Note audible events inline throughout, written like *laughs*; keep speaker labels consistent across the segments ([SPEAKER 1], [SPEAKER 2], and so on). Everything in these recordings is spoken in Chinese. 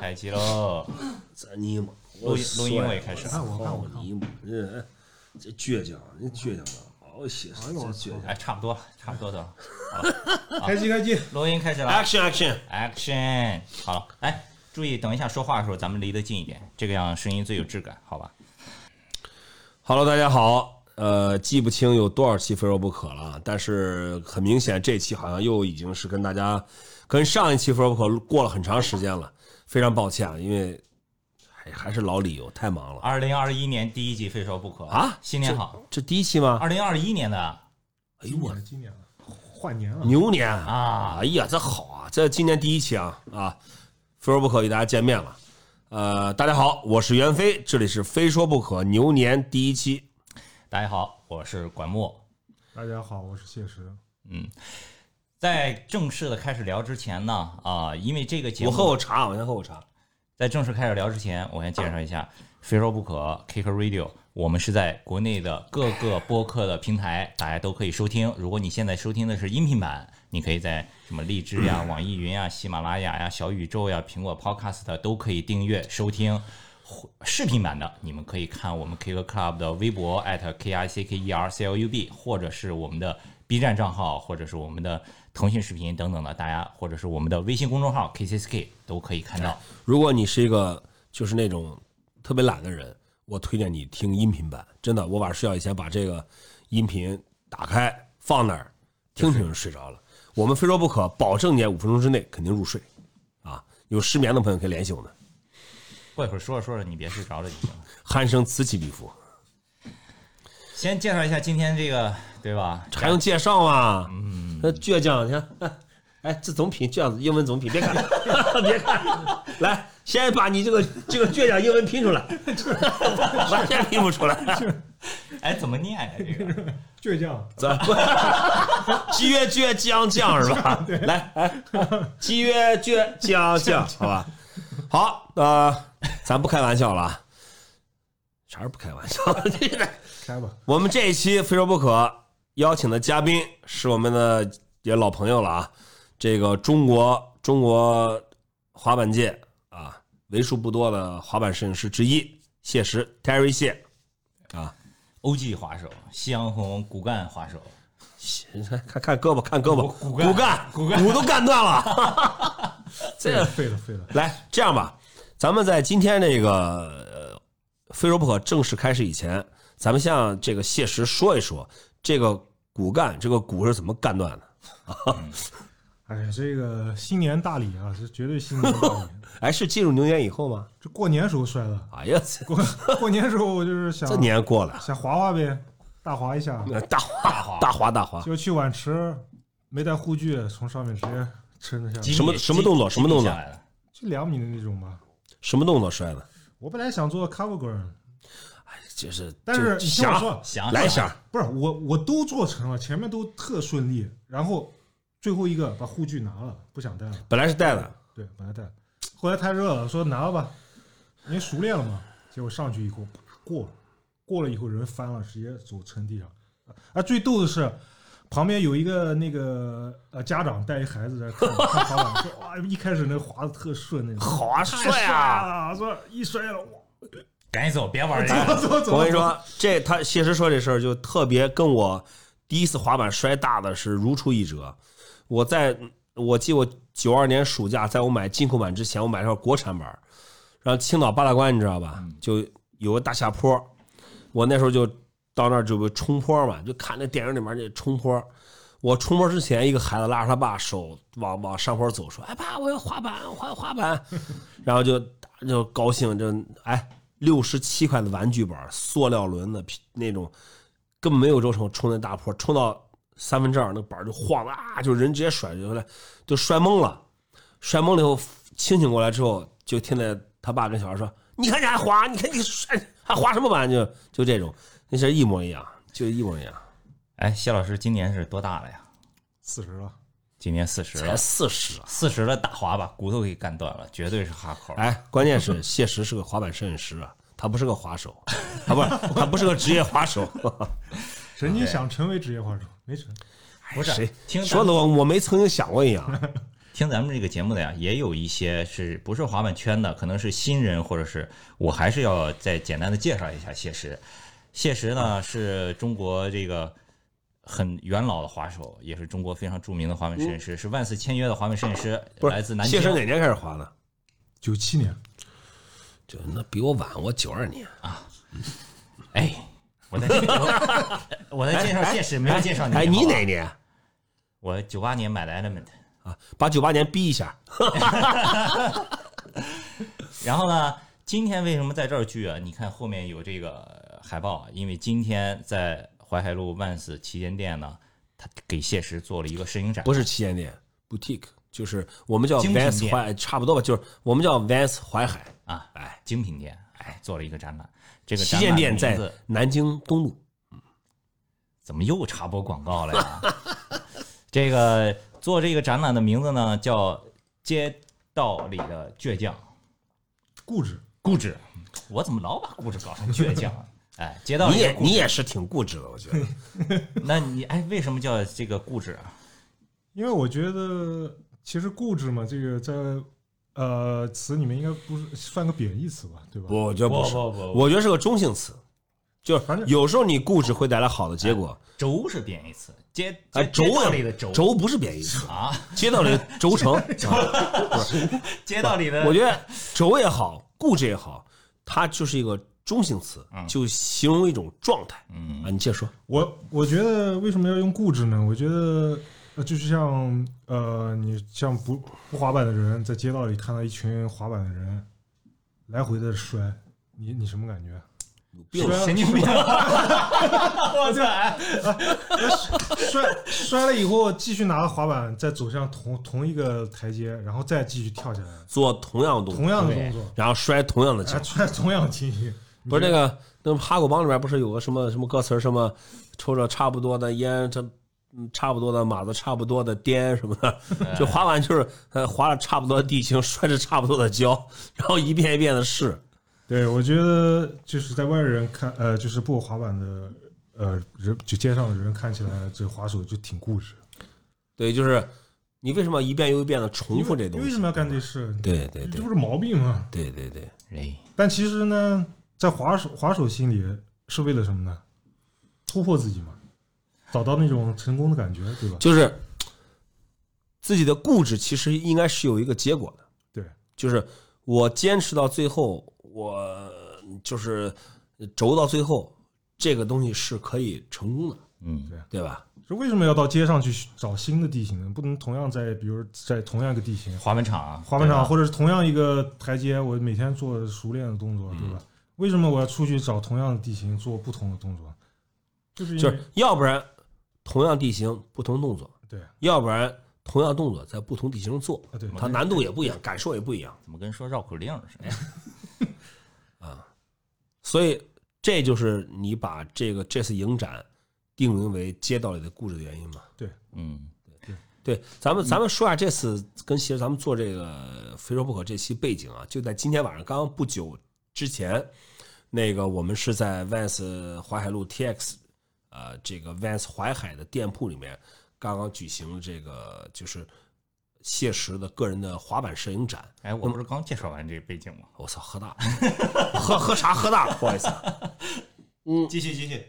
[SPEAKER 1] 开机喽！
[SPEAKER 2] 这尼玛，
[SPEAKER 1] 录音
[SPEAKER 2] 啊
[SPEAKER 1] 录音我也开始
[SPEAKER 2] 了，
[SPEAKER 1] 了
[SPEAKER 2] 我
[SPEAKER 3] 我看
[SPEAKER 2] 操
[SPEAKER 3] 我看
[SPEAKER 2] 你妈，这人这倔强，这倔强啊！好写实，
[SPEAKER 3] 哎呦
[SPEAKER 2] 这
[SPEAKER 3] 我
[SPEAKER 2] 倔强。
[SPEAKER 3] 操
[SPEAKER 1] 哎，差不多了，差不多的，
[SPEAKER 3] 开机开机，
[SPEAKER 1] 录音开始了
[SPEAKER 2] Action action！
[SPEAKER 1] ，Action！好了，哎，注意，等一下说话的时候咱们离得近一点，这个样声音最有质感，好吧？
[SPEAKER 2] Hello，大家好。呃，记不清有多少期非说不可了，但是很明显，这期好像又已经是跟大家跟上一期非说不可过了很长时间了，非常抱歉，啊，因为还还是老理由，太忙了
[SPEAKER 1] 二零二一年第一集非说不可
[SPEAKER 2] 啊！
[SPEAKER 1] 新年好，
[SPEAKER 2] 这，这第一期吗？
[SPEAKER 1] 二零二一年的
[SPEAKER 2] 哎呦我
[SPEAKER 3] 今年今年了，换年了，
[SPEAKER 2] 牛年
[SPEAKER 1] 啊
[SPEAKER 2] 哎呀，这好啊，这今年第一期啊啊，非说不可与大家见面了。呃，大家好，我是袁飞，这里是非说不可牛年第一期。
[SPEAKER 1] 大家好，我是管木。
[SPEAKER 3] 大家好，我是谢石，
[SPEAKER 1] 在正式的开始聊之前呢，啊、因为这个节
[SPEAKER 2] 我
[SPEAKER 1] 目
[SPEAKER 2] 喝口茶，我先喝口茶。
[SPEAKER 1] 在正式开始聊之前，我先介绍一下《非说不可》Kicker Radio，我们是在国内的各个播客的平台，大家都可以收听。如果你现在收听的是音频版，你可以在什么荔枝呀、网易云呀、喜马拉雅呀、小宇宙呀、苹果 Podcast 都可以订阅收听。视频版的，你们可以看我们 Kicker Club 的微博 k i c k e r c l u b，或者是我们的 B 站账号，或者是我们的腾讯视频等等的，大家或者是我们的微信公众号 KCSK 都可以看到。
[SPEAKER 2] 如果你是一个就是那种特别懒的人，我推荐你听音频版，真的，我晚上睡觉以前把这个音频打开放那儿听听就睡着了。我们非说不可，保证你在五分钟之内肯定入睡啊！有失眠的朋友可以联系我们。
[SPEAKER 1] 过一会儿说着说着，你别睡着了已经。
[SPEAKER 2] 鼾声此起彼伏，
[SPEAKER 1] 先介绍一下今天这个，对吧？
[SPEAKER 2] 还用介绍吗？嗯，倔强，你看， *laughs* 哎，这总品倔强，英文总品，别看， *laughs* 别看，来，先把你这个这个倔强英文拼出来，完全拼不出来，
[SPEAKER 1] 哎，怎么念呀、这个
[SPEAKER 3] 倔强，
[SPEAKER 2] 咱不，倔倔将将是吧？来，哎，倔倔将将，好吧？好，呃，咱不开玩笑了啊，啥时候不开玩笑？ *laughs*
[SPEAKER 3] 开吧，
[SPEAKER 2] 我们这一期非说不可邀请的嘉宾是我们的也老朋友了啊，这个中国中国滑板界啊为数不多的滑板摄影师之一谢石 Terry 谢啊，
[SPEAKER 1] ？OG 滑手，夕阳红骨干滑手，
[SPEAKER 2] 看看看胳膊看胳膊，
[SPEAKER 1] 骨
[SPEAKER 2] *laughs* 骨
[SPEAKER 1] 骨干
[SPEAKER 2] 干
[SPEAKER 1] 骨干
[SPEAKER 2] 骨都干断了。 *laughs* 这个
[SPEAKER 3] 废了废了，
[SPEAKER 2] 来这样吧，咱们在今天这个呃非说不可正式开始以前，咱们向这个谢石说一说这个骨干这个骨是怎么干断的。
[SPEAKER 3] 哎呀，这个新年大礼啊，这绝对新年大礼， *laughs*
[SPEAKER 2] 哎，是进入牛年以后吗？
[SPEAKER 3] 这过年时候摔的，
[SPEAKER 2] 哎呀，这
[SPEAKER 3] 过过年时候我就是
[SPEAKER 2] *laughs*
[SPEAKER 3] 想
[SPEAKER 2] 这年过了，
[SPEAKER 3] 想滑滑呗，大滑一
[SPEAKER 2] *laughs*
[SPEAKER 3] 下，
[SPEAKER 2] 那大
[SPEAKER 1] 滑
[SPEAKER 2] 滑大滑大滑，
[SPEAKER 3] 就去碗池，没带护具，从上面直接撑着下
[SPEAKER 1] 几
[SPEAKER 3] 来，
[SPEAKER 1] 米
[SPEAKER 2] 什么
[SPEAKER 1] 几
[SPEAKER 2] 什么动作
[SPEAKER 1] 几
[SPEAKER 2] 什么动
[SPEAKER 1] 几
[SPEAKER 2] 作
[SPEAKER 1] 米下来的
[SPEAKER 3] 就两米的那种吧。
[SPEAKER 2] 什么动作摔的？
[SPEAKER 3] 我本来想做 cover girl，
[SPEAKER 2] 就是，
[SPEAKER 3] 但是
[SPEAKER 2] 就
[SPEAKER 3] 你听我
[SPEAKER 2] 想
[SPEAKER 3] 说，
[SPEAKER 1] 想
[SPEAKER 2] 来一
[SPEAKER 1] 想，
[SPEAKER 2] 下，
[SPEAKER 3] 不是我我都做成了，前面都特顺利，然后最后一个把护具拿了，不想戴了，
[SPEAKER 2] 本来是带的，
[SPEAKER 3] 对，把它戴了。后来太热了，说拿了吧，因为熟练了嘛。结果上去以后，啪过了，过了以后人翻了，直接走沉地上。啊，最逗的是，旁边有一个那个呃家长带一孩子在看看滑板，说哇，一开始那滑的特顺那种，
[SPEAKER 2] 好啊，
[SPEAKER 3] 太
[SPEAKER 2] 帅啊！哎
[SPEAKER 3] 了，说一摔了，哇，
[SPEAKER 1] 赶紧走，别玩这
[SPEAKER 3] 走
[SPEAKER 1] 个。
[SPEAKER 3] 走 *laughs* 走，
[SPEAKER 2] 我跟你说，这他谢师说这事儿就特别跟我第一次滑板摔大的是如出一辙。我在我记我九二年暑假，在我买进口板之前，我买了块国产板儿，然后青岛八大关你知道吧，就有个大下坡，我那时候就到那儿就冲坡嘛，就看那电影里面这冲坡。我冲坡之前，一个孩子拉着他爸手往往上坡走，说：“哎爸，我要滑板，我要滑板。”然后就就高兴，就哎六十七块的玩具板，塑料轮子皮那种，根本没有轴承，冲那大坡，冲到三分之二那个板就晃了啊，就人直接甩出来，就摔懵了。摔懵了以后清醒过来之后，就听见他爸跟小孩说：“你看你还滑，你看你摔还滑什么板？”就就这种，那是一模一样，就一模一样。
[SPEAKER 1] 哎，谢老师今年是多大了呀？
[SPEAKER 3] 四十了，
[SPEAKER 1] 今年四十
[SPEAKER 2] 才
[SPEAKER 1] 了，
[SPEAKER 2] 四十啊！
[SPEAKER 1] 四十了打滑吧，骨头给干断了，绝对是哈口。
[SPEAKER 2] 哎，关键是谢石是个滑板摄影师啊，他不是个滑手，他不是他不是个职业滑手。
[SPEAKER 3] 曾经想成为职业滑手，没成。
[SPEAKER 1] 不是
[SPEAKER 2] 哎谁
[SPEAKER 1] 听咱 *laughs*
[SPEAKER 2] 说的我我没曾经想过一样。
[SPEAKER 1] 听咱们这个节目的呀，也有一些是不是滑板圈的，可能是新人，或者是我还是要再简单的介绍一下谢石。谢石呢是中国这个很元老的滑手，也是中国非常著名的滑板摄影师，是万斯签约的滑板摄影师，
[SPEAKER 2] 嗯不
[SPEAKER 1] 来自
[SPEAKER 2] 是
[SPEAKER 1] 南
[SPEAKER 2] 谢
[SPEAKER 1] 京
[SPEAKER 2] 师哪年开始滑的？
[SPEAKER 3] 九七年，
[SPEAKER 4] 就那比我晚，我九二年。
[SPEAKER 1] 哎，我在我我在介绍 *laughs* 谢石，没有介绍你。
[SPEAKER 2] 哎，你
[SPEAKER 1] 好吧
[SPEAKER 2] 哪年
[SPEAKER 1] 我九八年买的 Element。
[SPEAKER 2] 啊？把九八年逼一下。
[SPEAKER 1] 然后呢，今天为什么在这儿聚啊？你看后面有这个海报啊，因为今天在淮海路万斯旗舰店呢，他给谢石做了一个摄影展，
[SPEAKER 2] 不
[SPEAKER 1] 是
[SPEAKER 2] 是旗舰店，boutique，就是我们叫
[SPEAKER 1] 精品
[SPEAKER 2] Vans
[SPEAKER 1] 店
[SPEAKER 2] 淮，差不多吧，就是我们叫 Vans 淮海。
[SPEAKER 1] 啊，
[SPEAKER 2] 哎，
[SPEAKER 1] 精品店，哎，做了一个展览。这个
[SPEAKER 2] 旗
[SPEAKER 1] 展
[SPEAKER 2] 舰
[SPEAKER 1] 览的
[SPEAKER 2] 店
[SPEAKER 1] 名
[SPEAKER 2] 在
[SPEAKER 1] 字
[SPEAKER 2] 南京东路。
[SPEAKER 1] 怎么又插播广告了呀？
[SPEAKER 2] *laughs*
[SPEAKER 1] 这个做这个展览的名字呢叫《街道里的倔强》。
[SPEAKER 3] 固执。
[SPEAKER 1] 固执，我怎么老把固执搞成倔强啊？ *laughs* 哎，街道
[SPEAKER 2] 你
[SPEAKER 1] 里的
[SPEAKER 2] 也
[SPEAKER 1] 固
[SPEAKER 2] 你也是挺固执的，我觉
[SPEAKER 1] *laughs*
[SPEAKER 2] 得。
[SPEAKER 1] 那你哎，为什么叫这个固执啊？
[SPEAKER 3] 因为我觉得其实固执嘛，这个在呃词里面应该不是算个贬义词吧，对吧？
[SPEAKER 2] 不，我觉得不是，
[SPEAKER 1] 不不不
[SPEAKER 2] 我觉得是个中性词，就是
[SPEAKER 3] 反正
[SPEAKER 2] 有时候你固执会带来好的结果。
[SPEAKER 1] 轴是贬义词，街
[SPEAKER 2] 哎，
[SPEAKER 1] 街
[SPEAKER 2] 轴
[SPEAKER 1] 街道
[SPEAKER 2] 啊
[SPEAKER 1] 里的轴
[SPEAKER 2] 轴不是贬义词，
[SPEAKER 1] 啊，
[SPEAKER 2] 街道里的轴
[SPEAKER 1] *laughs*
[SPEAKER 2] 承。啊
[SPEAKER 1] 街道里的
[SPEAKER 2] 我觉得轴也好，固执也好，它就是一个中性词，
[SPEAKER 3] 嗯
[SPEAKER 2] 就形容一种状态。
[SPEAKER 1] 嗯
[SPEAKER 2] 啊，你接着说。
[SPEAKER 3] 我我觉得为什么要用固执呢？我觉得呃，就是像呃，你像不不滑板的人在街道里看到一群滑板的人来回的摔，你你什么感觉？啊
[SPEAKER 1] 有神经病， *laughs* 我操！
[SPEAKER 3] *laughs* 摔摔了以后继续拿着滑板再走向同同一个台阶，然后再继续跳下来，
[SPEAKER 2] 做同样的动
[SPEAKER 3] 同
[SPEAKER 2] 作，
[SPEAKER 3] 样的动作，
[SPEAKER 2] 然后摔同样的跤
[SPEAKER 3] 哎，。摔同样的情形。
[SPEAKER 2] 不是那个，那个哈狗帮里面不是有个什么什么歌词儿什么，抽着差不多的烟，这嗯差不多的马子，差不多的颠什么
[SPEAKER 3] *laughs*
[SPEAKER 2] 的，
[SPEAKER 3] 哎
[SPEAKER 2] 就滑板就是呃滑着差不多的地形，摔着差不多的跤， *laughs* 然后一遍一遍的试。
[SPEAKER 3] 对，我觉得就是在外人看，呃，就是不滑板的，呃，人就街上的人看起来，这滑手就挺固执，
[SPEAKER 2] 对，就是你为什么要一遍又一遍的重复这
[SPEAKER 3] 你
[SPEAKER 2] 东
[SPEAKER 3] 为
[SPEAKER 2] 西？
[SPEAKER 3] 为什么要干这事？
[SPEAKER 2] 对对
[SPEAKER 3] 这
[SPEAKER 2] 对
[SPEAKER 3] 不是毛病吗？
[SPEAKER 2] 对对对，
[SPEAKER 1] 哎，
[SPEAKER 3] 但其实呢，在滑手滑手心里是为了什么呢？突破自己嘛，找到那种成功的感觉，对吧？
[SPEAKER 2] 就是自己的固执，其实应该是有一个结果的。
[SPEAKER 3] 对，
[SPEAKER 2] 就是我坚持到最后，我就是轴到最后，这个东西是可以成功的，
[SPEAKER 1] 嗯，
[SPEAKER 2] 对吧？
[SPEAKER 3] 是为什么要到街上去找新的地形呢？不能同样在，比如在同样一个地形，
[SPEAKER 1] 滑板场啊，
[SPEAKER 3] 滑板场
[SPEAKER 1] 对吧
[SPEAKER 3] 或者是同样一个台阶，我每天做熟练的动作，对吧？为什么我要出去找同样的地形做不同的动作？就是因
[SPEAKER 2] 就
[SPEAKER 3] 为
[SPEAKER 2] 是要不然同样地形不同动作，
[SPEAKER 3] 对
[SPEAKER 2] 要不然同样动作在不同地形做，
[SPEAKER 3] 啊对，
[SPEAKER 2] 它难度也不一样，感受也不一样
[SPEAKER 1] 怎么跟说绕口令似的？
[SPEAKER 2] 啊。所以这就是你把这个这次影展定名为街道里的故事的原因嘛。
[SPEAKER 1] 嗯，
[SPEAKER 2] 对，咱们咱们说下这次跟其实咱们做这个《非说不可》这期背景啊，就在今天晚上刚刚不久之前，那个我们是在 Vans 淮海路 TX，呃，这个 Vans 淮海的店铺里面刚刚举行了这个就是谢石的个人的滑板摄影展。
[SPEAKER 1] 哎，我不是刚介绍完这背景吗？
[SPEAKER 2] 我操，喝大了， *laughs* 喝喝茶喝大了，不好意思啊。
[SPEAKER 1] 继续继续，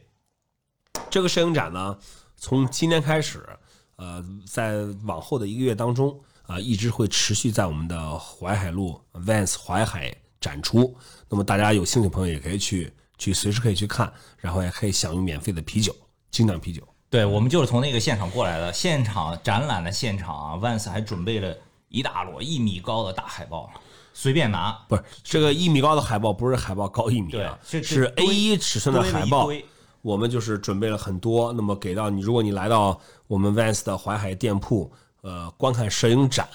[SPEAKER 2] 这个摄影展呢，从今天开始，呃，在往后的一个月当中，啊、一直会持续在我们的淮海路 Vans 淮海展出。那么大家有兴趣的朋友也可以去去随时可以去看，然后也可以享用免费的啤酒，精酿啤酒。
[SPEAKER 1] 对，我们就是从那个现场过来的，现场展览的现场啊万斯还准备了一大摞一米高的大海报，随便拿，
[SPEAKER 2] 不是这个一米高的海报，不是海报高一米啊，
[SPEAKER 1] 对这
[SPEAKER 2] 是
[SPEAKER 1] 这
[SPEAKER 2] A 一尺寸的海报
[SPEAKER 1] 堆了一堆。
[SPEAKER 2] 我们就是准备了很多，那么给到你，如果你来到我们 Vans 的淮海店铺，呃，观看摄影展，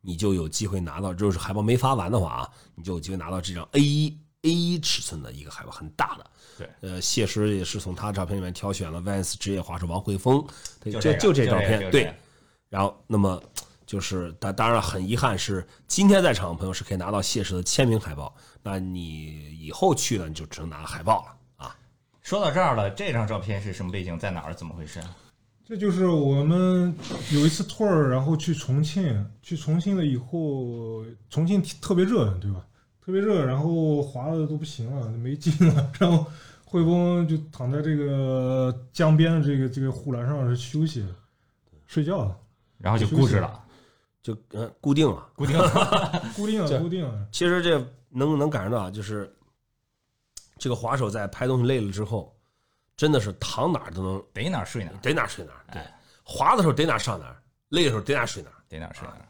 [SPEAKER 2] 你就有机会拿到，就是海报没发完的话啊，你就有机会拿到这张 A 一 A 一尺寸的一个海报，很大的。
[SPEAKER 1] 对，
[SPEAKER 2] 呃，谢石也是从他照片里面挑选了 Vans 职业滑手王慧峰，对，
[SPEAKER 1] 就
[SPEAKER 2] 就
[SPEAKER 1] 这个
[SPEAKER 2] 就
[SPEAKER 1] 就
[SPEAKER 2] 照
[SPEAKER 1] 这个
[SPEAKER 2] 片，
[SPEAKER 1] 就这
[SPEAKER 2] 对
[SPEAKER 1] 个。
[SPEAKER 2] 然后，那么就是，当当然了很遗憾是，今天在场的朋友是可以拿到谢石的签名海报，那你以后去了你就只能拿海报了啊。
[SPEAKER 1] 说到这儿了，这张照片是什么背景，在哪儿，怎么回事？
[SPEAKER 3] 这就是我们有一次 tour，然后去重庆，去重庆了以后，重庆特别热，对吧？特别热，然后滑的都不行了，没劲了，然后汇丰就躺在这个江边的这个这个护栏上休息睡觉了，
[SPEAKER 1] 然后就固执了，
[SPEAKER 2] 就呃固定了。
[SPEAKER 1] 固定了。
[SPEAKER 3] 固定
[SPEAKER 2] 这
[SPEAKER 3] 了，固定了，
[SPEAKER 2] 其实这能能感受到，啊就是这个滑手在拍东西累了之后，真的是躺哪儿都能
[SPEAKER 1] 逮哪儿睡哪儿，
[SPEAKER 2] 逮哪儿睡哪儿。对，滑的时候逮哪儿上哪儿，累的时候逮哪儿睡哪儿。
[SPEAKER 1] 逮哪儿睡哪儿。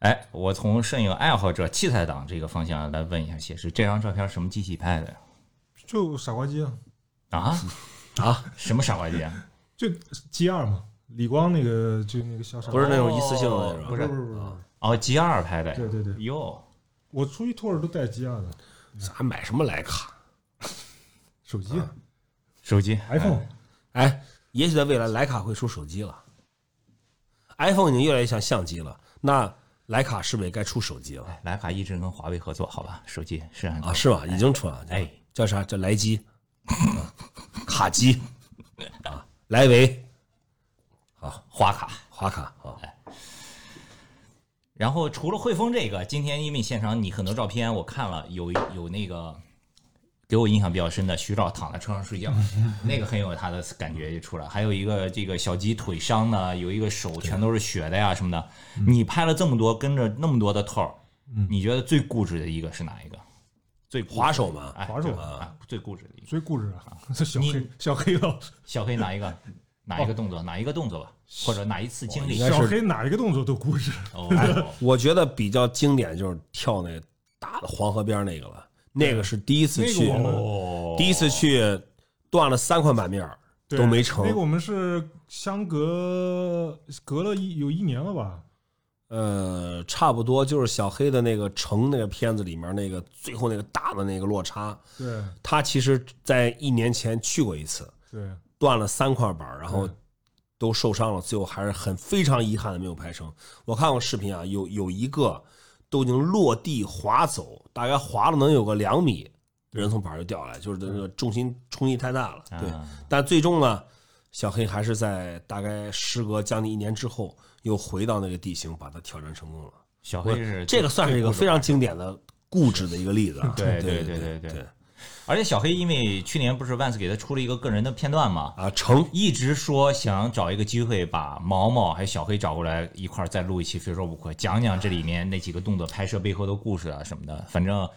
[SPEAKER 1] 哎，我从摄影爱好者、器材党这个方向来问一下谢师，这张照片什么机器拍的呀？
[SPEAKER 3] 就傻瓜机啊，
[SPEAKER 2] *laughs*
[SPEAKER 1] 啊啊，什么傻瓜机啊？
[SPEAKER 3] 就 G 二嘛，李光那个就那个小傻瓜，
[SPEAKER 2] 不是啊那种一次性的那
[SPEAKER 1] 不
[SPEAKER 2] 种。
[SPEAKER 1] 是
[SPEAKER 3] 不是不是不
[SPEAKER 1] 哦，G 二拍的呀
[SPEAKER 3] 是，对对
[SPEAKER 2] 哎
[SPEAKER 3] 对，
[SPEAKER 1] 哟，
[SPEAKER 3] 我出去 tour 都带 G 二的
[SPEAKER 4] 咱买什么徕卡？
[SPEAKER 3] 手机
[SPEAKER 1] 手机
[SPEAKER 3] iPhone，
[SPEAKER 2] 啊哎，也许在未来徕卡会出手机了，iPhone 已经越来越像相机了，那徕卡是不是也该出手机了？
[SPEAKER 1] 哎徕卡一直跟华为合作，好吧？手机是安
[SPEAKER 2] 啊，是吧？已经出了，
[SPEAKER 1] 哎，
[SPEAKER 2] 叫啥？叫莱基，啊卡机，啊，莱维，
[SPEAKER 1] 华啊卡。
[SPEAKER 2] 华卡啊，
[SPEAKER 1] 然后除了汇丰这个，今天因为现场你很多照片我看了，有有那个给我印象比较深的徐照躺在车上睡觉，那个很有他的感觉就出来。还有一个这个小鸡腿伤呢，有一个手全都是血的呀什么的。你拍了这么多，跟着那么多的套儿，你觉得最固执的一个是哪一个？最固执
[SPEAKER 2] 滑手嘛，
[SPEAKER 1] 哎
[SPEAKER 3] 滑手
[SPEAKER 1] 对啊，最固执的一个
[SPEAKER 3] 最固执了，这啊小
[SPEAKER 1] 你
[SPEAKER 3] 黑小黑老师，
[SPEAKER 1] 小黑哪一个？哪一个动作？哪一个动作吧，或者哪一次经历？
[SPEAKER 3] 小黑哪一个动作都固执，
[SPEAKER 1] 哦，
[SPEAKER 2] 我觉得比较经典就是跳那大的黄河边那个了，那个是第一次
[SPEAKER 3] 那
[SPEAKER 2] 去
[SPEAKER 3] 个，我们
[SPEAKER 1] 哦
[SPEAKER 2] 第一次去断了三块板面儿
[SPEAKER 3] 对
[SPEAKER 2] 都没成
[SPEAKER 3] 那个，我们是相隔隔了一有一年了吧？
[SPEAKER 2] 呃，差不多就是小黑的那个成那个片子里面那个最后那个大的那个落差，
[SPEAKER 3] 对
[SPEAKER 2] 他其实在一年前去过一次，
[SPEAKER 3] 对，
[SPEAKER 2] 断了三块板儿，然后
[SPEAKER 3] 对
[SPEAKER 2] 都受伤了，最后还是很非常遗憾的没有拍成。我看过视频啊，有有一个都已经落地滑走，大概滑了能有个两米，人从板儿就掉下来，就是这个重心冲击太大了。对，
[SPEAKER 1] 啊
[SPEAKER 2] 但最终呢，小黑还是在大概时隔将近一年之后，又回到那个地形，把它挑战成功了。
[SPEAKER 1] 小黑是
[SPEAKER 2] 这个算是一个
[SPEAKER 1] 最固执
[SPEAKER 2] 非常经典的固执的一个例子啊。
[SPEAKER 1] 对
[SPEAKER 2] *laughs*
[SPEAKER 1] 对
[SPEAKER 2] 对
[SPEAKER 1] 对对
[SPEAKER 2] 对
[SPEAKER 1] 对而且小黑因为去年不是 Vans 给他出了一个个人的片段嘛，
[SPEAKER 2] 啊，成
[SPEAKER 1] 一直说想找一个机会把毛毛还有小黑找过来一块儿再录一期《非说不可》，讲讲这里面那几个动作拍摄背后的故事啊什么的。反正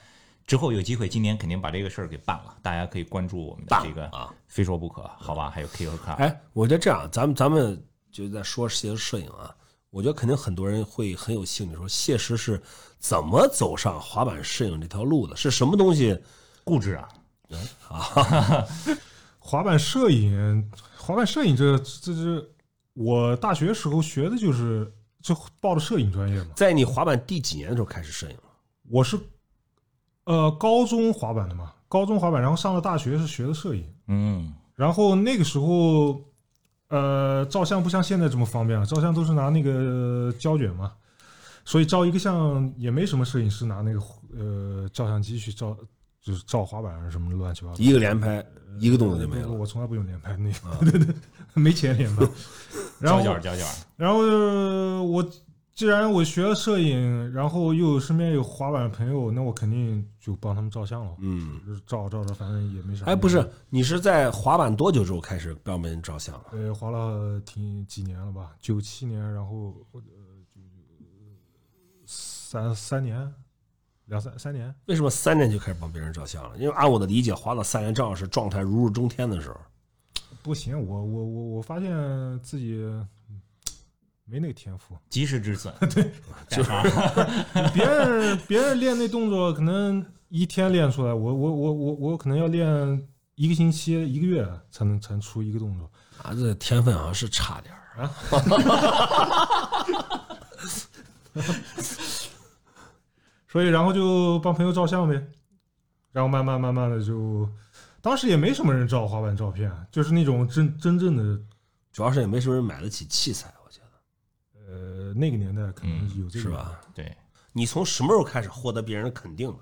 [SPEAKER 1] 之后有机会，今年肯定把这个事儿给办了，大家可以关注我们的
[SPEAKER 2] 办
[SPEAKER 1] 这个《
[SPEAKER 2] 啊！
[SPEAKER 1] 非说不可》，好吧？还有 K 和 K，
[SPEAKER 2] 哎，我觉得这样，咱们咱们就在说这些摄影啊，我觉得肯定很多人会很有兴趣，说谢师是怎么走上滑板摄影这条路的？是什么东西？
[SPEAKER 1] 固执啊，
[SPEAKER 3] 滑板摄影，滑板摄影这这是我大学时候学的就是就报的摄影专业嘛，
[SPEAKER 2] 在你滑板第几年的时候开始摄影？
[SPEAKER 3] 我是呃高中滑板的嘛，高中滑板，然后上了大学是学的摄影，
[SPEAKER 1] 嗯，
[SPEAKER 3] 然后那个时候，呃，照相不像现在这么方便了，照相都是拿那个胶卷嘛，所以照一个相也没什么摄影师拿那个呃照相机去照，就是照滑板啊什么乱七八糟。
[SPEAKER 2] 一个连拍，一个动作就没
[SPEAKER 3] 不不
[SPEAKER 2] 了。啊
[SPEAKER 3] 我从来不用连拍那个， *laughs* 对对对，没钱
[SPEAKER 2] *laughs*
[SPEAKER 3] 连拍。然
[SPEAKER 1] 胶
[SPEAKER 3] 后
[SPEAKER 1] 卷胶卷，
[SPEAKER 3] 然后呃我既然我学了摄影，然后又有身边有滑板的朋友，那我肯定就帮他们照相了。
[SPEAKER 2] 嗯，
[SPEAKER 3] 就是照照照，反正也没啥。
[SPEAKER 2] 哎，不是，你是在滑板多久之后开始帮别人照相的？
[SPEAKER 3] 呃，滑了挺几年了吧？九七年，然后呃，就三三年，两三三年。
[SPEAKER 2] 为什么三年就开始帮别人照相了？因为按我的理解，滑到三年正好是状态如日中天的时候。
[SPEAKER 3] 不行，我我我我发现自己嗯没那个
[SPEAKER 2] *laughs*
[SPEAKER 3] 天赋。
[SPEAKER 1] 及时止损，对，就是
[SPEAKER 3] 别人别人练那动作可能一天练出来，我我我我我可能要练一个星期、一个月才能才能出一个动作。
[SPEAKER 2] 啊，这天分好像是差点儿
[SPEAKER 3] 啊。所以然后就帮朋友照相呗，然后慢慢慢慢的就，当时也没什么人照滑板照片，啊就是那种真真正的
[SPEAKER 2] 主要是也没什么人买得起器材，我觉得
[SPEAKER 3] 呃那个年代可能有这个、
[SPEAKER 2] 是吧？？
[SPEAKER 1] 对，
[SPEAKER 2] 你从什么时候开始获得别人的肯定的？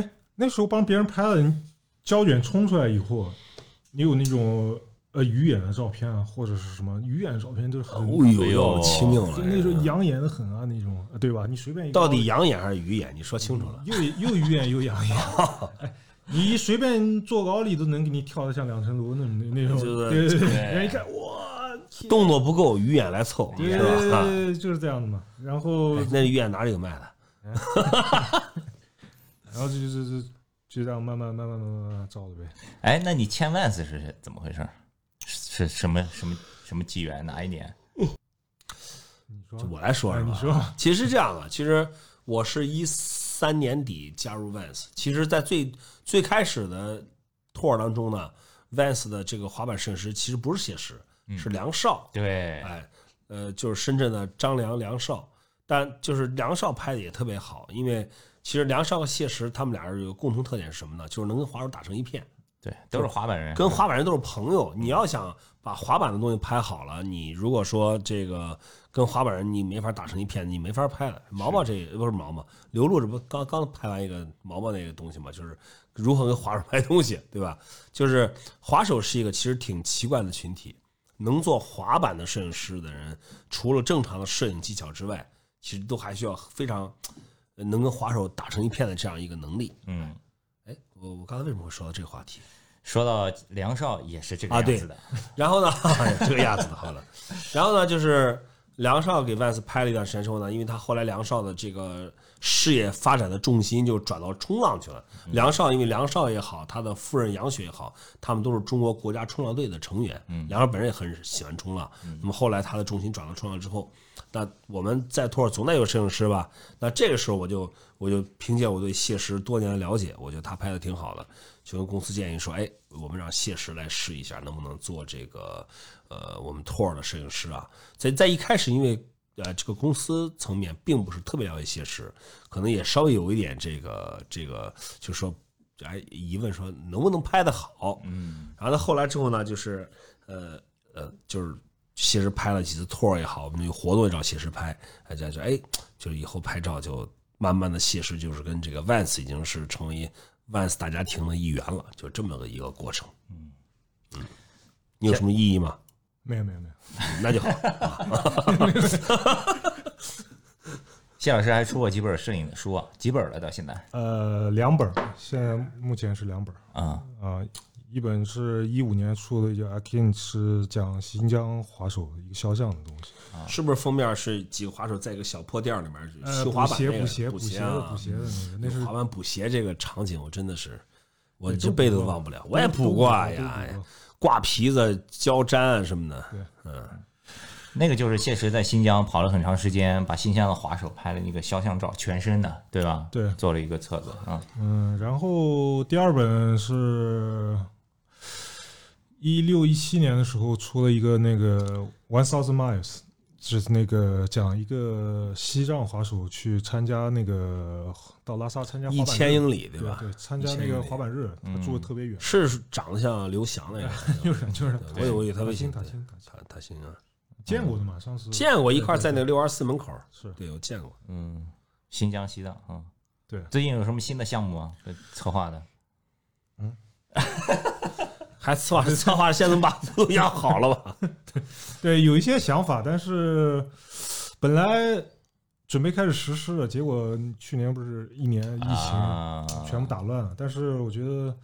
[SPEAKER 3] 呃那时候帮别人拍了，你胶卷冲出来以后，你有那种呃鱼眼的照片啊，或者是什么鱼眼的照片都是很，
[SPEAKER 2] 哦
[SPEAKER 1] 哎
[SPEAKER 2] 呦
[SPEAKER 1] 呦
[SPEAKER 2] 呦，亲命
[SPEAKER 3] 就那时
[SPEAKER 2] 了！
[SPEAKER 3] 候养眼的很啊，那种对吧？你随便一个
[SPEAKER 2] 到底养眼还是鱼眼？你说清楚了。
[SPEAKER 3] 又又鱼眼又
[SPEAKER 2] *laughs*
[SPEAKER 3] 养眼，哎，你随便坐个奥利都能给你跳得像两层楼那种那那种，
[SPEAKER 2] 就是
[SPEAKER 3] 对对对，人一看哇，
[SPEAKER 2] *laughs*
[SPEAKER 3] 天
[SPEAKER 2] 动作不够，鱼眼来凑，
[SPEAKER 3] 对
[SPEAKER 2] 是
[SPEAKER 3] 对
[SPEAKER 2] 吧？啊
[SPEAKER 3] 对，就是这样的嘛。然后
[SPEAKER 2] 哎那鱼眼哪里有卖的？
[SPEAKER 3] 然后就就就就这样慢慢慢慢慢慢慢慢照着呗。
[SPEAKER 1] 哎，那你签 Vans 是怎么回事？是是什么什么什么机缘？哪一年？
[SPEAKER 3] 你说
[SPEAKER 2] 就我来说
[SPEAKER 3] 哎
[SPEAKER 2] 是吧？
[SPEAKER 3] 你说
[SPEAKER 2] 其实是这样啊，其实我是一三年底加入 Vans，其实，在最最开始的托儿当中呢，Vans 的这个滑板圣石其实不是写实，
[SPEAKER 3] 嗯
[SPEAKER 2] 是梁少，
[SPEAKER 1] 对，
[SPEAKER 2] 哎，呃，就是深圳的张良梁少，但就是梁少拍的也特别好，因为其实梁少和谢石他们俩人有个共同特点是什么呢？就是能跟滑手打成一片。
[SPEAKER 1] 对，都是滑板人，
[SPEAKER 2] 跟滑板人都是朋友。你要想把滑板的东西拍好了，你如果说这个跟滑板人你没法打成一片，你没法拍了。毛毛这不是毛毛，刘璐这不刚刚拍完一个毛毛那个东西嘛，就是如何跟滑手拍东西，对吧？就是滑手是一个其实挺奇怪的群体，能做滑板的摄影师的人，除了正常的摄影技巧之外，其实都还需要非常呃能跟滑手打成一片的这样一个能力。
[SPEAKER 1] 嗯。
[SPEAKER 2] 哎，我我刚才为什么会说到这个话题？
[SPEAKER 1] 说到梁少也是这个
[SPEAKER 2] 啊
[SPEAKER 1] 样
[SPEAKER 2] 对
[SPEAKER 1] 子的，
[SPEAKER 2] 然后呢， *laughs* 哎这个样子的，好了。然后呢，就是梁少给 Vans 拍了一段时间之后呢，因为他后来梁少的这个事业发展的重心就转到冲浪去了。梁少因为梁少也好，他的夫人杨雪也好，他们都是中国国家冲浪队的成员。梁少本人也很喜欢冲浪。那么后来他的重心转到冲浪之后，那我们在托尔总得有摄影师吧？那这个时候我就我就凭借我对谢石多年的了解，我觉得他拍的挺好的，就跟公司建议说，哎，我们让谢石来试一下能不能做这个呃我们托尔的摄影师啊。在在一开始，因为呃这个公司层面并不是特别了解谢石，可能也稍微有一点这个这个，就说哎疑问说能不能拍得好？
[SPEAKER 1] 嗯，
[SPEAKER 2] 然后到后来之后呢，就是呃呃，就是写实拍了几次托儿也好，我们有活动也找写实拍，大家就哎，就是以后拍照就慢慢的写实就是跟这个 Vans 已经是成为 Vans 大家庭的一员了，就这么个一个过程。嗯你有什么异议吗？
[SPEAKER 3] 没有没有没有，
[SPEAKER 2] 那就好。
[SPEAKER 1] 谢老师还出过几本摄影的书啊，几本了到现在
[SPEAKER 3] 呃，两本儿，现在目前是两本儿
[SPEAKER 1] 啊、
[SPEAKER 3] 啊、一本是一五年出的叫《Akin》，是讲新疆滑手的一个肖像的东西，
[SPEAKER 2] 是不是封面是几个滑手在一个小破店儿里面
[SPEAKER 3] 呃，
[SPEAKER 2] 修滑
[SPEAKER 3] 补
[SPEAKER 2] 板
[SPEAKER 3] 鞋
[SPEAKER 2] 那个
[SPEAKER 3] 补鞋
[SPEAKER 2] 补
[SPEAKER 3] 鞋的
[SPEAKER 2] 啊
[SPEAKER 3] 补鞋的那个，那是
[SPEAKER 2] 滑板补鞋这个场景，我真的是我
[SPEAKER 3] 对
[SPEAKER 2] 这
[SPEAKER 3] 都
[SPEAKER 2] 辈子
[SPEAKER 3] 补
[SPEAKER 2] 都
[SPEAKER 3] 过
[SPEAKER 2] 忘不了。我也
[SPEAKER 3] 都
[SPEAKER 2] 补
[SPEAKER 3] 都
[SPEAKER 2] 过哎
[SPEAKER 3] 都
[SPEAKER 2] 呀
[SPEAKER 3] 补，过
[SPEAKER 2] 挂皮子、胶粘啊什么的。
[SPEAKER 3] 对
[SPEAKER 2] 嗯，
[SPEAKER 1] 那个就是谢石在新疆跑了很长时间，把新疆的滑手拍了一个肖像照，全身的，对吧？
[SPEAKER 3] 对
[SPEAKER 1] 做了一个册子啊、
[SPEAKER 3] 嗯，然后第二本是一六一七年的时候出了一个那个 One Thousand Miles，就是那个讲一个西藏滑手去参加那个到拉萨参加滑
[SPEAKER 2] 一
[SPEAKER 3] 板
[SPEAKER 2] 千
[SPEAKER 3] 日
[SPEAKER 2] 英里，对
[SPEAKER 3] 对
[SPEAKER 2] 吧？
[SPEAKER 3] 对，参加
[SPEAKER 2] 1000
[SPEAKER 3] 那
[SPEAKER 2] 英
[SPEAKER 3] 个
[SPEAKER 2] 里嗯
[SPEAKER 3] 滑板日，他住的特别远，
[SPEAKER 2] 是长得像刘翔那
[SPEAKER 3] *laughs* 就
[SPEAKER 2] 个，
[SPEAKER 3] 是就是
[SPEAKER 2] 我以为他微
[SPEAKER 3] 塔
[SPEAKER 2] 信
[SPEAKER 3] 星塔星塔星
[SPEAKER 2] 他他行啊，
[SPEAKER 3] 见过的嘛，上次
[SPEAKER 2] 见过一块儿在那个六二四门口，
[SPEAKER 3] 是
[SPEAKER 2] 对我见过。
[SPEAKER 1] 嗯，新疆、西藏啊、
[SPEAKER 3] 对
[SPEAKER 1] 最近有什么新的项目吗？策划的？
[SPEAKER 2] 还策
[SPEAKER 3] *laughs*
[SPEAKER 2] 划策划，现在能把都压好了吧？
[SPEAKER 3] 对，有一些想法，但是本来准备开始实施了，结果去年不是一年疫情。
[SPEAKER 1] 啊，
[SPEAKER 3] 全部打乱了。但是我觉得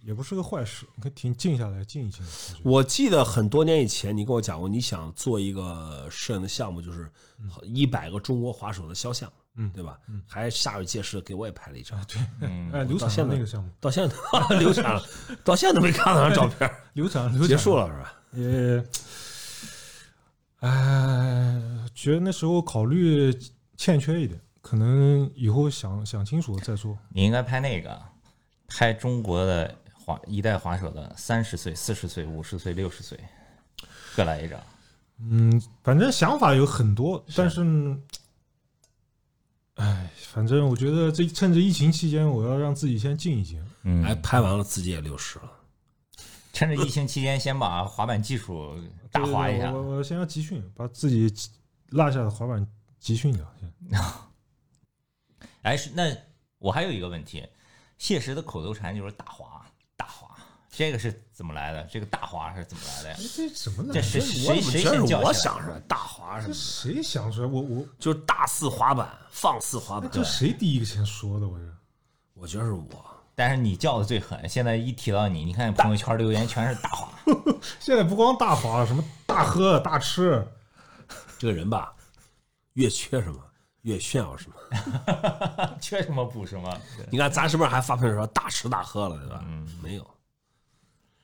[SPEAKER 3] 也不是个坏事，你可以停静下来静一静。我觉得
[SPEAKER 2] 我记得很多年以前，你跟我讲过，你想做一个摄影的项目，就是
[SPEAKER 1] 嗯
[SPEAKER 2] 一百个中国滑手的肖像，
[SPEAKER 3] 嗯
[SPEAKER 2] 对吧？
[SPEAKER 3] 嗯
[SPEAKER 2] 还下雨届时给我也拍了一张，
[SPEAKER 1] 嗯，
[SPEAKER 3] 哎，流产
[SPEAKER 2] 现
[SPEAKER 3] 了
[SPEAKER 2] 在
[SPEAKER 3] 那个项目，
[SPEAKER 2] 到现在都 *laughs* 流产了，到现在都没看到那张照片，
[SPEAKER 1] *laughs*
[SPEAKER 3] 流产了流产
[SPEAKER 2] 结束了是吧？
[SPEAKER 3] 也，哎，觉得那时候考虑欠缺一点，可能以后想想清楚了再说。
[SPEAKER 1] 你应该拍那个，拍中国的滑一代滑手的三十岁、四十岁、五十岁、六十岁，各来一张。
[SPEAKER 3] 嗯，反正想法有很多，但是，哎，反正我觉得这趁着疫情期间，我要让自己先静一静。
[SPEAKER 1] 嗯，
[SPEAKER 2] 哎，拍完了自己也六十了，
[SPEAKER 1] 趁着疫情期间，先把滑板技术大
[SPEAKER 3] *laughs* 对对
[SPEAKER 1] 滑
[SPEAKER 3] 对
[SPEAKER 1] 一下
[SPEAKER 3] 我。我我先要集训，把自己集落下的滑板集训掉。先
[SPEAKER 1] 哎，是那我还有一个问题，谢石的口头禅就是大滑，大滑，这个是怎么来的？这个大滑是怎么来的呀？
[SPEAKER 3] 这怎么来？
[SPEAKER 1] 这谁
[SPEAKER 4] 我
[SPEAKER 1] 谁
[SPEAKER 4] 怎么
[SPEAKER 1] 谁
[SPEAKER 4] 觉得
[SPEAKER 1] 先
[SPEAKER 4] 是
[SPEAKER 1] 叫
[SPEAKER 4] 我
[SPEAKER 1] 起来的？
[SPEAKER 4] 想出来大华什
[SPEAKER 3] 这
[SPEAKER 4] 么？
[SPEAKER 3] 谁想出来？我我
[SPEAKER 2] 就是大肆滑板，放肆滑
[SPEAKER 3] 哎
[SPEAKER 1] 啊
[SPEAKER 2] 板。
[SPEAKER 3] 这谁第一个先说的？我这
[SPEAKER 2] 我觉得是我，
[SPEAKER 1] 但是你叫的最狠，现在一提到你，你看朋友圈留言全是大滑。 *laughs*
[SPEAKER 3] 现在不光大滑，什么大喝大吃，
[SPEAKER 2] 这个人吧，越缺什么越炫耀什么。
[SPEAKER 1] 缺什么补什么。
[SPEAKER 2] 你看咱是不是还发朋友圈大吃大喝了，对吧？没有，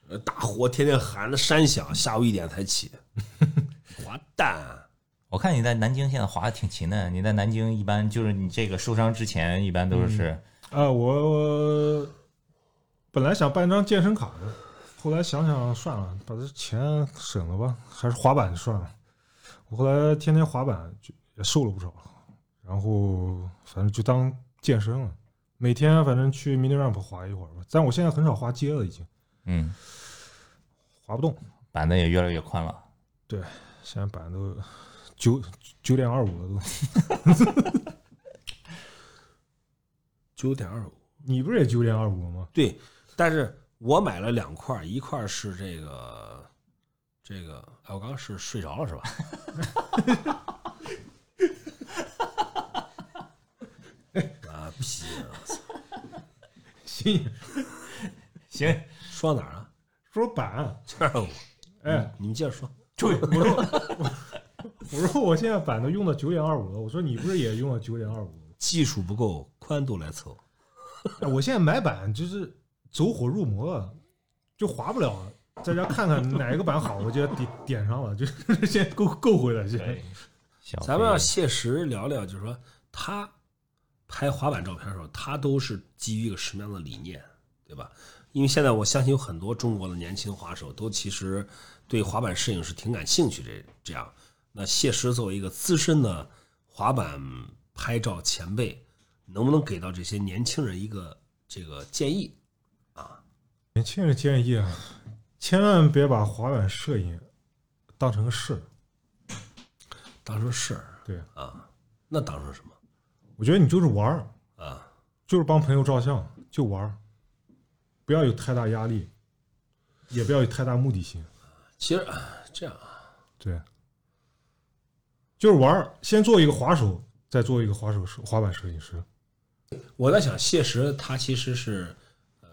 [SPEAKER 2] 呃大火天天喊的山响，下午一点才起，滑蛋
[SPEAKER 1] 我看你在南京现在滑的挺勤的，你在南京一般就是你这个受伤之前一般都是、
[SPEAKER 3] 呃，我我本来想办张健身卡的，后来想想算了，把这钱省了吧，还是滑板算了。我后来天天滑板就也瘦了不少，然后反正就当健身了，每天反正去 mini ramp 滑一会儿吧。但我现在很少滑街了，已经
[SPEAKER 1] 嗯，
[SPEAKER 3] 滑不动，
[SPEAKER 1] 板子也越来越宽了。
[SPEAKER 3] 现在板都九九点二五了都。
[SPEAKER 2] 九点二五。
[SPEAKER 3] 你不是也九点二五吗？
[SPEAKER 2] 对，但是我买了两块儿，一块儿是这个这个，哎，我刚刚是睡着了是吧？ *laughs* 啊屁啊！
[SPEAKER 3] 行，
[SPEAKER 1] 行，
[SPEAKER 2] 说到哪儿了？
[SPEAKER 3] 说板，
[SPEAKER 2] 九点二五，
[SPEAKER 3] 哎，
[SPEAKER 2] 你们接着说。
[SPEAKER 1] 注意，
[SPEAKER 3] 我说我说我现在板都用到九点二五了，我说你不是也用到九点二五吗？
[SPEAKER 2] 技术不够，宽度来凑。
[SPEAKER 3] 哎我现在买板就是走火入魔了，就划不了了。在家看看哪个板好，我就点点上了，就是先够够回来先。
[SPEAKER 1] 哎小
[SPEAKER 2] 咱们
[SPEAKER 1] 飞
[SPEAKER 2] 要切实聊聊，就是说他拍滑板照片的时候，他都是基于一个什么样的理念，对吧？因为现在我相信有很多中国的年轻滑手都其实对滑板摄影是挺感兴趣这这样，那谢师作为一个资深的滑板拍照前辈，能不能给到这些年轻人一个这个建议？
[SPEAKER 3] 年轻人建议啊，千万别把滑板摄影当成个事。
[SPEAKER 2] 当成事儿
[SPEAKER 3] 对，
[SPEAKER 2] 啊，那当成什么
[SPEAKER 3] 我觉得你就是玩儿，
[SPEAKER 2] 啊？
[SPEAKER 3] 就是帮朋友照相，就玩儿，不要有太大压力，也不要有太大目的性。
[SPEAKER 2] 其实啊这样啊，
[SPEAKER 3] 对，就是玩儿，先做一个滑手，再做一个滑手摄滑板摄影师。
[SPEAKER 2] 我在想，谢石他其实是，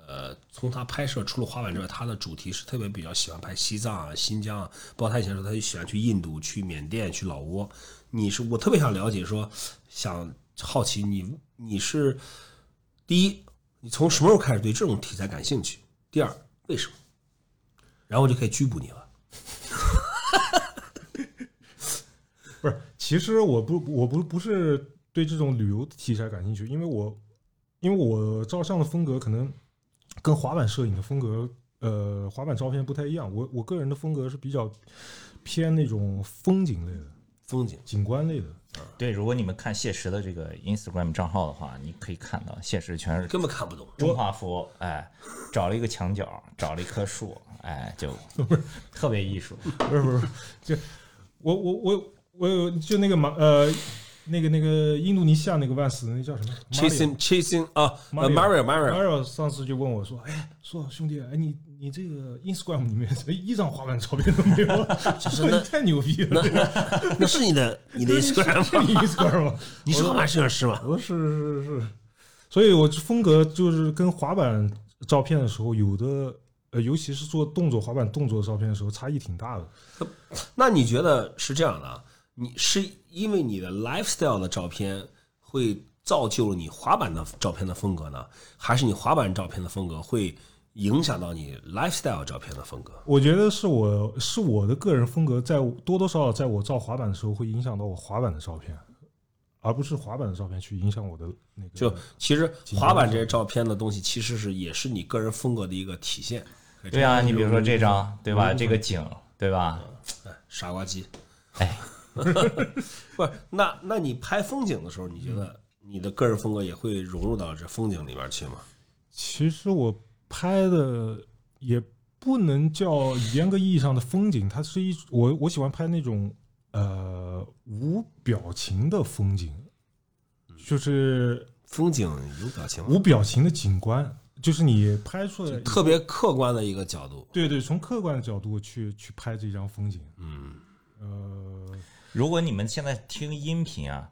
[SPEAKER 2] 呃，从他拍摄除了滑板之外，他的主题是特别比较喜欢拍西藏啊、新疆啊，包括他以前说他就喜欢去印度、去缅甸、去老挝。你是我特别想了解说，想好奇你你是第一，你从什么时候开始对这种题材感兴趣？第二，为什么？然后我就可以拘捕你了。
[SPEAKER 3] 不是，其实我不，我不不是对这种旅游题材感兴趣，因为我因为我照相的风格可能跟滑板摄影的风格，呃，滑板照片不太一样。我我个人的风格是比较偏那种风景类的、
[SPEAKER 2] 风景
[SPEAKER 3] 景观类的。
[SPEAKER 1] 对，如果你们看谢石的这个 Instagram 账号的话，你可以看到谢石全是
[SPEAKER 2] 根本看不懂，
[SPEAKER 1] 中华服，哎，找了一个墙角，找了一棵树，哎，就特别艺术。
[SPEAKER 3] 不是不是，不是就我我我我有就那个马呃。那个那个印度尼西亚那个万斯那叫什么
[SPEAKER 2] chasing chasing 啊
[SPEAKER 3] Mario
[SPEAKER 2] ，Mario
[SPEAKER 3] *laughs*
[SPEAKER 2] Mario，
[SPEAKER 3] Mario 上次就问我说：“哎，说兄弟，哎，你你这个 Instagram 里面一张滑板照片都没
[SPEAKER 2] *laughs*
[SPEAKER 3] 有，
[SPEAKER 2] 是那
[SPEAKER 3] 你太牛逼了！
[SPEAKER 2] 那是你的你的 Instagram
[SPEAKER 3] 是
[SPEAKER 2] 吗？ *laughs*
[SPEAKER 3] 你 Instagram 吗？
[SPEAKER 2] 你是滑板摄影师吗？
[SPEAKER 3] 我说是是是，所以我风格就是跟滑板照片的时候，有的呃，尤其是做动作滑板动作照片的呃时候，差异挺大的。
[SPEAKER 2] 那你觉得是这样的啊？你是因为你的 lifestyle 的照片会造就了你滑板的照片的风格呢，还是你滑板照片的风格会影响到你 lifestyle 照片的风格？
[SPEAKER 3] 我觉得是我是我的个人风格在，多多少少在我照滑板的时候，会影响到我滑板的照片，而不是滑板的照片去影响我的那个。
[SPEAKER 2] 就其实滑板这些照片的东西，其实是也是你个人风格的一个体现。
[SPEAKER 1] 对啊，你比如说这张，对吧？这个景，对吧？
[SPEAKER 2] 傻瓜机，
[SPEAKER 1] 哎，
[SPEAKER 2] *laughs* 不是那那你拍风景的时候，你觉得你的个人风格也会融入到这风景里面去吗？
[SPEAKER 3] 其实我拍的也不能叫严格意义上的风景，它是一我我喜欢拍那种呃无表情的风景，就是
[SPEAKER 2] 嗯风景有表情吗？
[SPEAKER 3] 无表情的景观。就是你拍出来
[SPEAKER 2] 特别客观的一个角度。
[SPEAKER 3] 对对，从客观的角度去去拍这张风景，
[SPEAKER 2] 嗯，
[SPEAKER 3] 呃，
[SPEAKER 1] 如果你们现在听音频啊，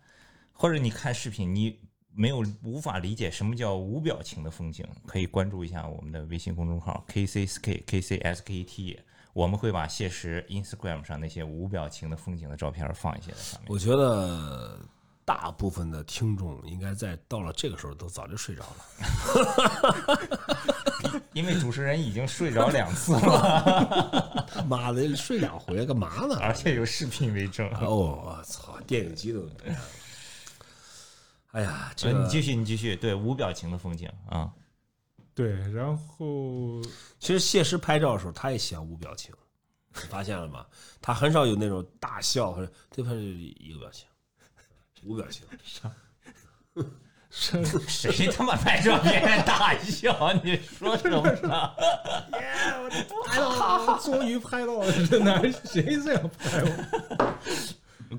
[SPEAKER 1] 或者你看视频，你没有无法理解什么叫无表情的风景，可以关注一下我们的微信公众号 KCSK KCSKT，我们会把现实 Instagram 上那些无表情的风景的照片放一些在上面。
[SPEAKER 2] 我觉得大部分的听众应该在到了这个时候都早就睡着了。 *laughs*
[SPEAKER 1] 因为主持人已经睡着两次 *laughs* 了，
[SPEAKER 2] 他妈的，睡两回干嘛呢？
[SPEAKER 1] 而且有视频为证。
[SPEAKER 2] 哦，我操，电影机都没了。哎呀，这
[SPEAKER 1] 呃
[SPEAKER 2] 个
[SPEAKER 1] 你继续，你继续，对无表情的风景啊，
[SPEAKER 3] 对，然后
[SPEAKER 2] 其实谢师拍照的时候，他也喜欢无表情，你发现了吗？他很少有那种大笑，或者对方就是一个表情，无表
[SPEAKER 1] *laughs*
[SPEAKER 2] 情。
[SPEAKER 3] *laughs*
[SPEAKER 1] 谁他妈拍照别人大笑？你说什么呢？
[SPEAKER 3] 拍到了， *laughs* 终于拍到了，这哪谁这样拍我？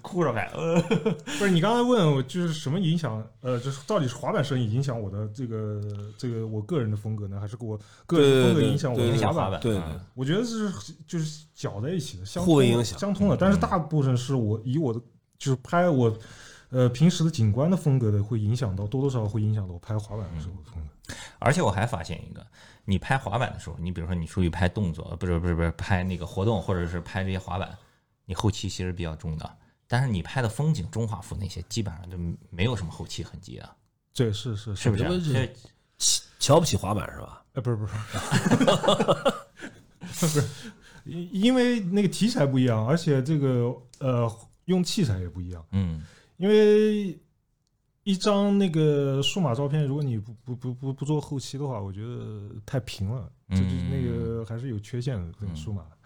[SPEAKER 1] 哭着拍，呃，
[SPEAKER 3] 不是你刚才问我，就是什么影响？呃，就是到底是滑板摄影影响我的这个这个我个人的风格呢，还是给我个人风格影响我
[SPEAKER 2] 对
[SPEAKER 3] 的
[SPEAKER 2] 对
[SPEAKER 1] 小
[SPEAKER 3] 滑
[SPEAKER 1] 滑
[SPEAKER 3] 板？
[SPEAKER 1] 板，
[SPEAKER 2] 对对
[SPEAKER 1] 啊
[SPEAKER 3] 我觉得是就是搅在一起的，相
[SPEAKER 2] 互为
[SPEAKER 3] 通的
[SPEAKER 2] 影响嗯
[SPEAKER 3] 相通的。但是大部分是我以我的就是拍我呃平时的景观的风格的，会影响到多多少少会影响到我拍滑板的时候的风格。
[SPEAKER 2] 嗯
[SPEAKER 1] 而且我还发现一个，你拍滑板的时候，你比如说你出去拍动作，不是不是不是拍那个活动，或者是拍这些滑板，你后期其实比较重的。但是你拍的风景、中画幅那些，基本上就没有什么后期痕迹的，
[SPEAKER 3] 对，是是
[SPEAKER 1] 是
[SPEAKER 3] 是，
[SPEAKER 1] 不是？
[SPEAKER 2] 我觉
[SPEAKER 1] 这
[SPEAKER 2] 得瞧瞧不起滑板是吧？
[SPEAKER 3] 呃，不是不是 *laughs*
[SPEAKER 2] *laughs*
[SPEAKER 3] 不是，不是，因因为那个题材不一样，而且这个呃用器材也不一样。
[SPEAKER 1] 嗯，
[SPEAKER 3] 因为一张那个数码照片，如果你不不不不不做后期的话，我觉得太平了，
[SPEAKER 1] 嗯
[SPEAKER 3] 就是那个还是有缺陷的，那个数码。
[SPEAKER 2] 嗯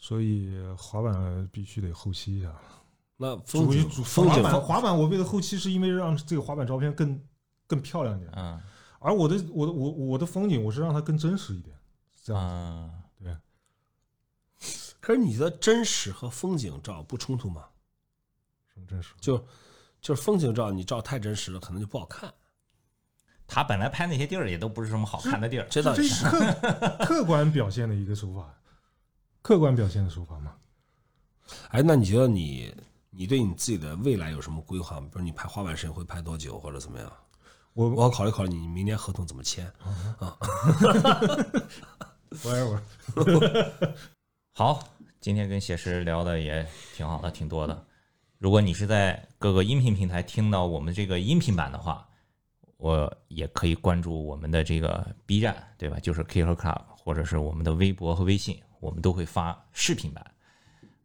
[SPEAKER 3] 所以滑板必须得后期一下，
[SPEAKER 2] 那风
[SPEAKER 3] 主
[SPEAKER 2] 景
[SPEAKER 3] 主
[SPEAKER 2] 风景
[SPEAKER 3] 滑板
[SPEAKER 2] 风
[SPEAKER 3] 滑板，我为了后期是因为让这个滑板照片更更漂亮一点，
[SPEAKER 1] 嗯
[SPEAKER 3] 而我的我的我我的风景，我是让它更真实一点，是这样
[SPEAKER 2] 啊
[SPEAKER 3] 子。
[SPEAKER 1] 嗯，
[SPEAKER 3] 对，
[SPEAKER 2] 可是你的真实和风景照不冲突吗？
[SPEAKER 3] 什么真实？
[SPEAKER 2] 就就是风景照，你照太真实了，可能就不好看。
[SPEAKER 1] 他本来拍那些地儿也都不是什么好看的地儿，
[SPEAKER 2] 这倒
[SPEAKER 3] 这
[SPEAKER 2] 也
[SPEAKER 3] 是
[SPEAKER 2] 是，
[SPEAKER 3] 客客观表现的一个手法，客观表现的手法嘛。
[SPEAKER 2] 哎，那你觉得你你对你自己的未来有什么规划吗？比如你拍滑板摄影会拍多久，或者怎么样？
[SPEAKER 3] 我
[SPEAKER 2] 我要考虑考虑你明年合同怎么签。
[SPEAKER 3] *laughs* 我也我
[SPEAKER 1] 好，今天跟写诗聊的也挺好的，挺多的。如果你是在各个音频平台听到我们这个音频版的话，我也可以关注我们的这个 B 站，对吧？就是 K 和 Club，或者是我们的微博和微信，我们都会发视频版。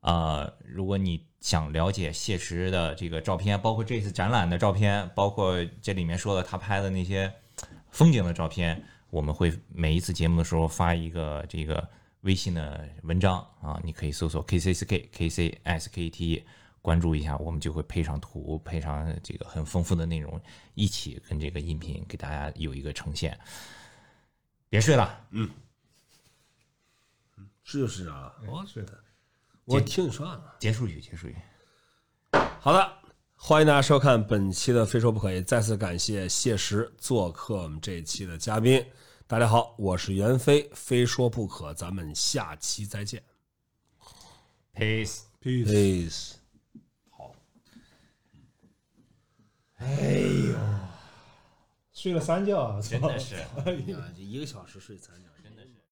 [SPEAKER 1] 啊、如果你想了解谢石的这个照片，包括这次展览的照片，包括这里面说的他拍的那些风景的照片，我们会每一次节目的时候发一个这个微信的文章啊，你可以搜索 KCSK KCSKT，关注一下，我们就会配上图，配上这个很丰富的内容，一起跟这个音频给大家有一个呈现。别睡了，
[SPEAKER 2] 是就是啊，我
[SPEAKER 3] 是的，
[SPEAKER 2] 我听你说完了。
[SPEAKER 1] 结束语，结束语。
[SPEAKER 2] 好的，欢迎大家收看本期的《非说不可》，也再次感谢谢石做客我们这一期的嘉宾。大家好，我是袁飞，《非说不可》，咱们下期再见。
[SPEAKER 1] Peace。
[SPEAKER 3] Peace。
[SPEAKER 2] Peace。
[SPEAKER 3] 睡了三觉啊，真
[SPEAKER 1] 真的是。
[SPEAKER 3] 啊哦
[SPEAKER 2] 哎呀，一个小时睡三觉。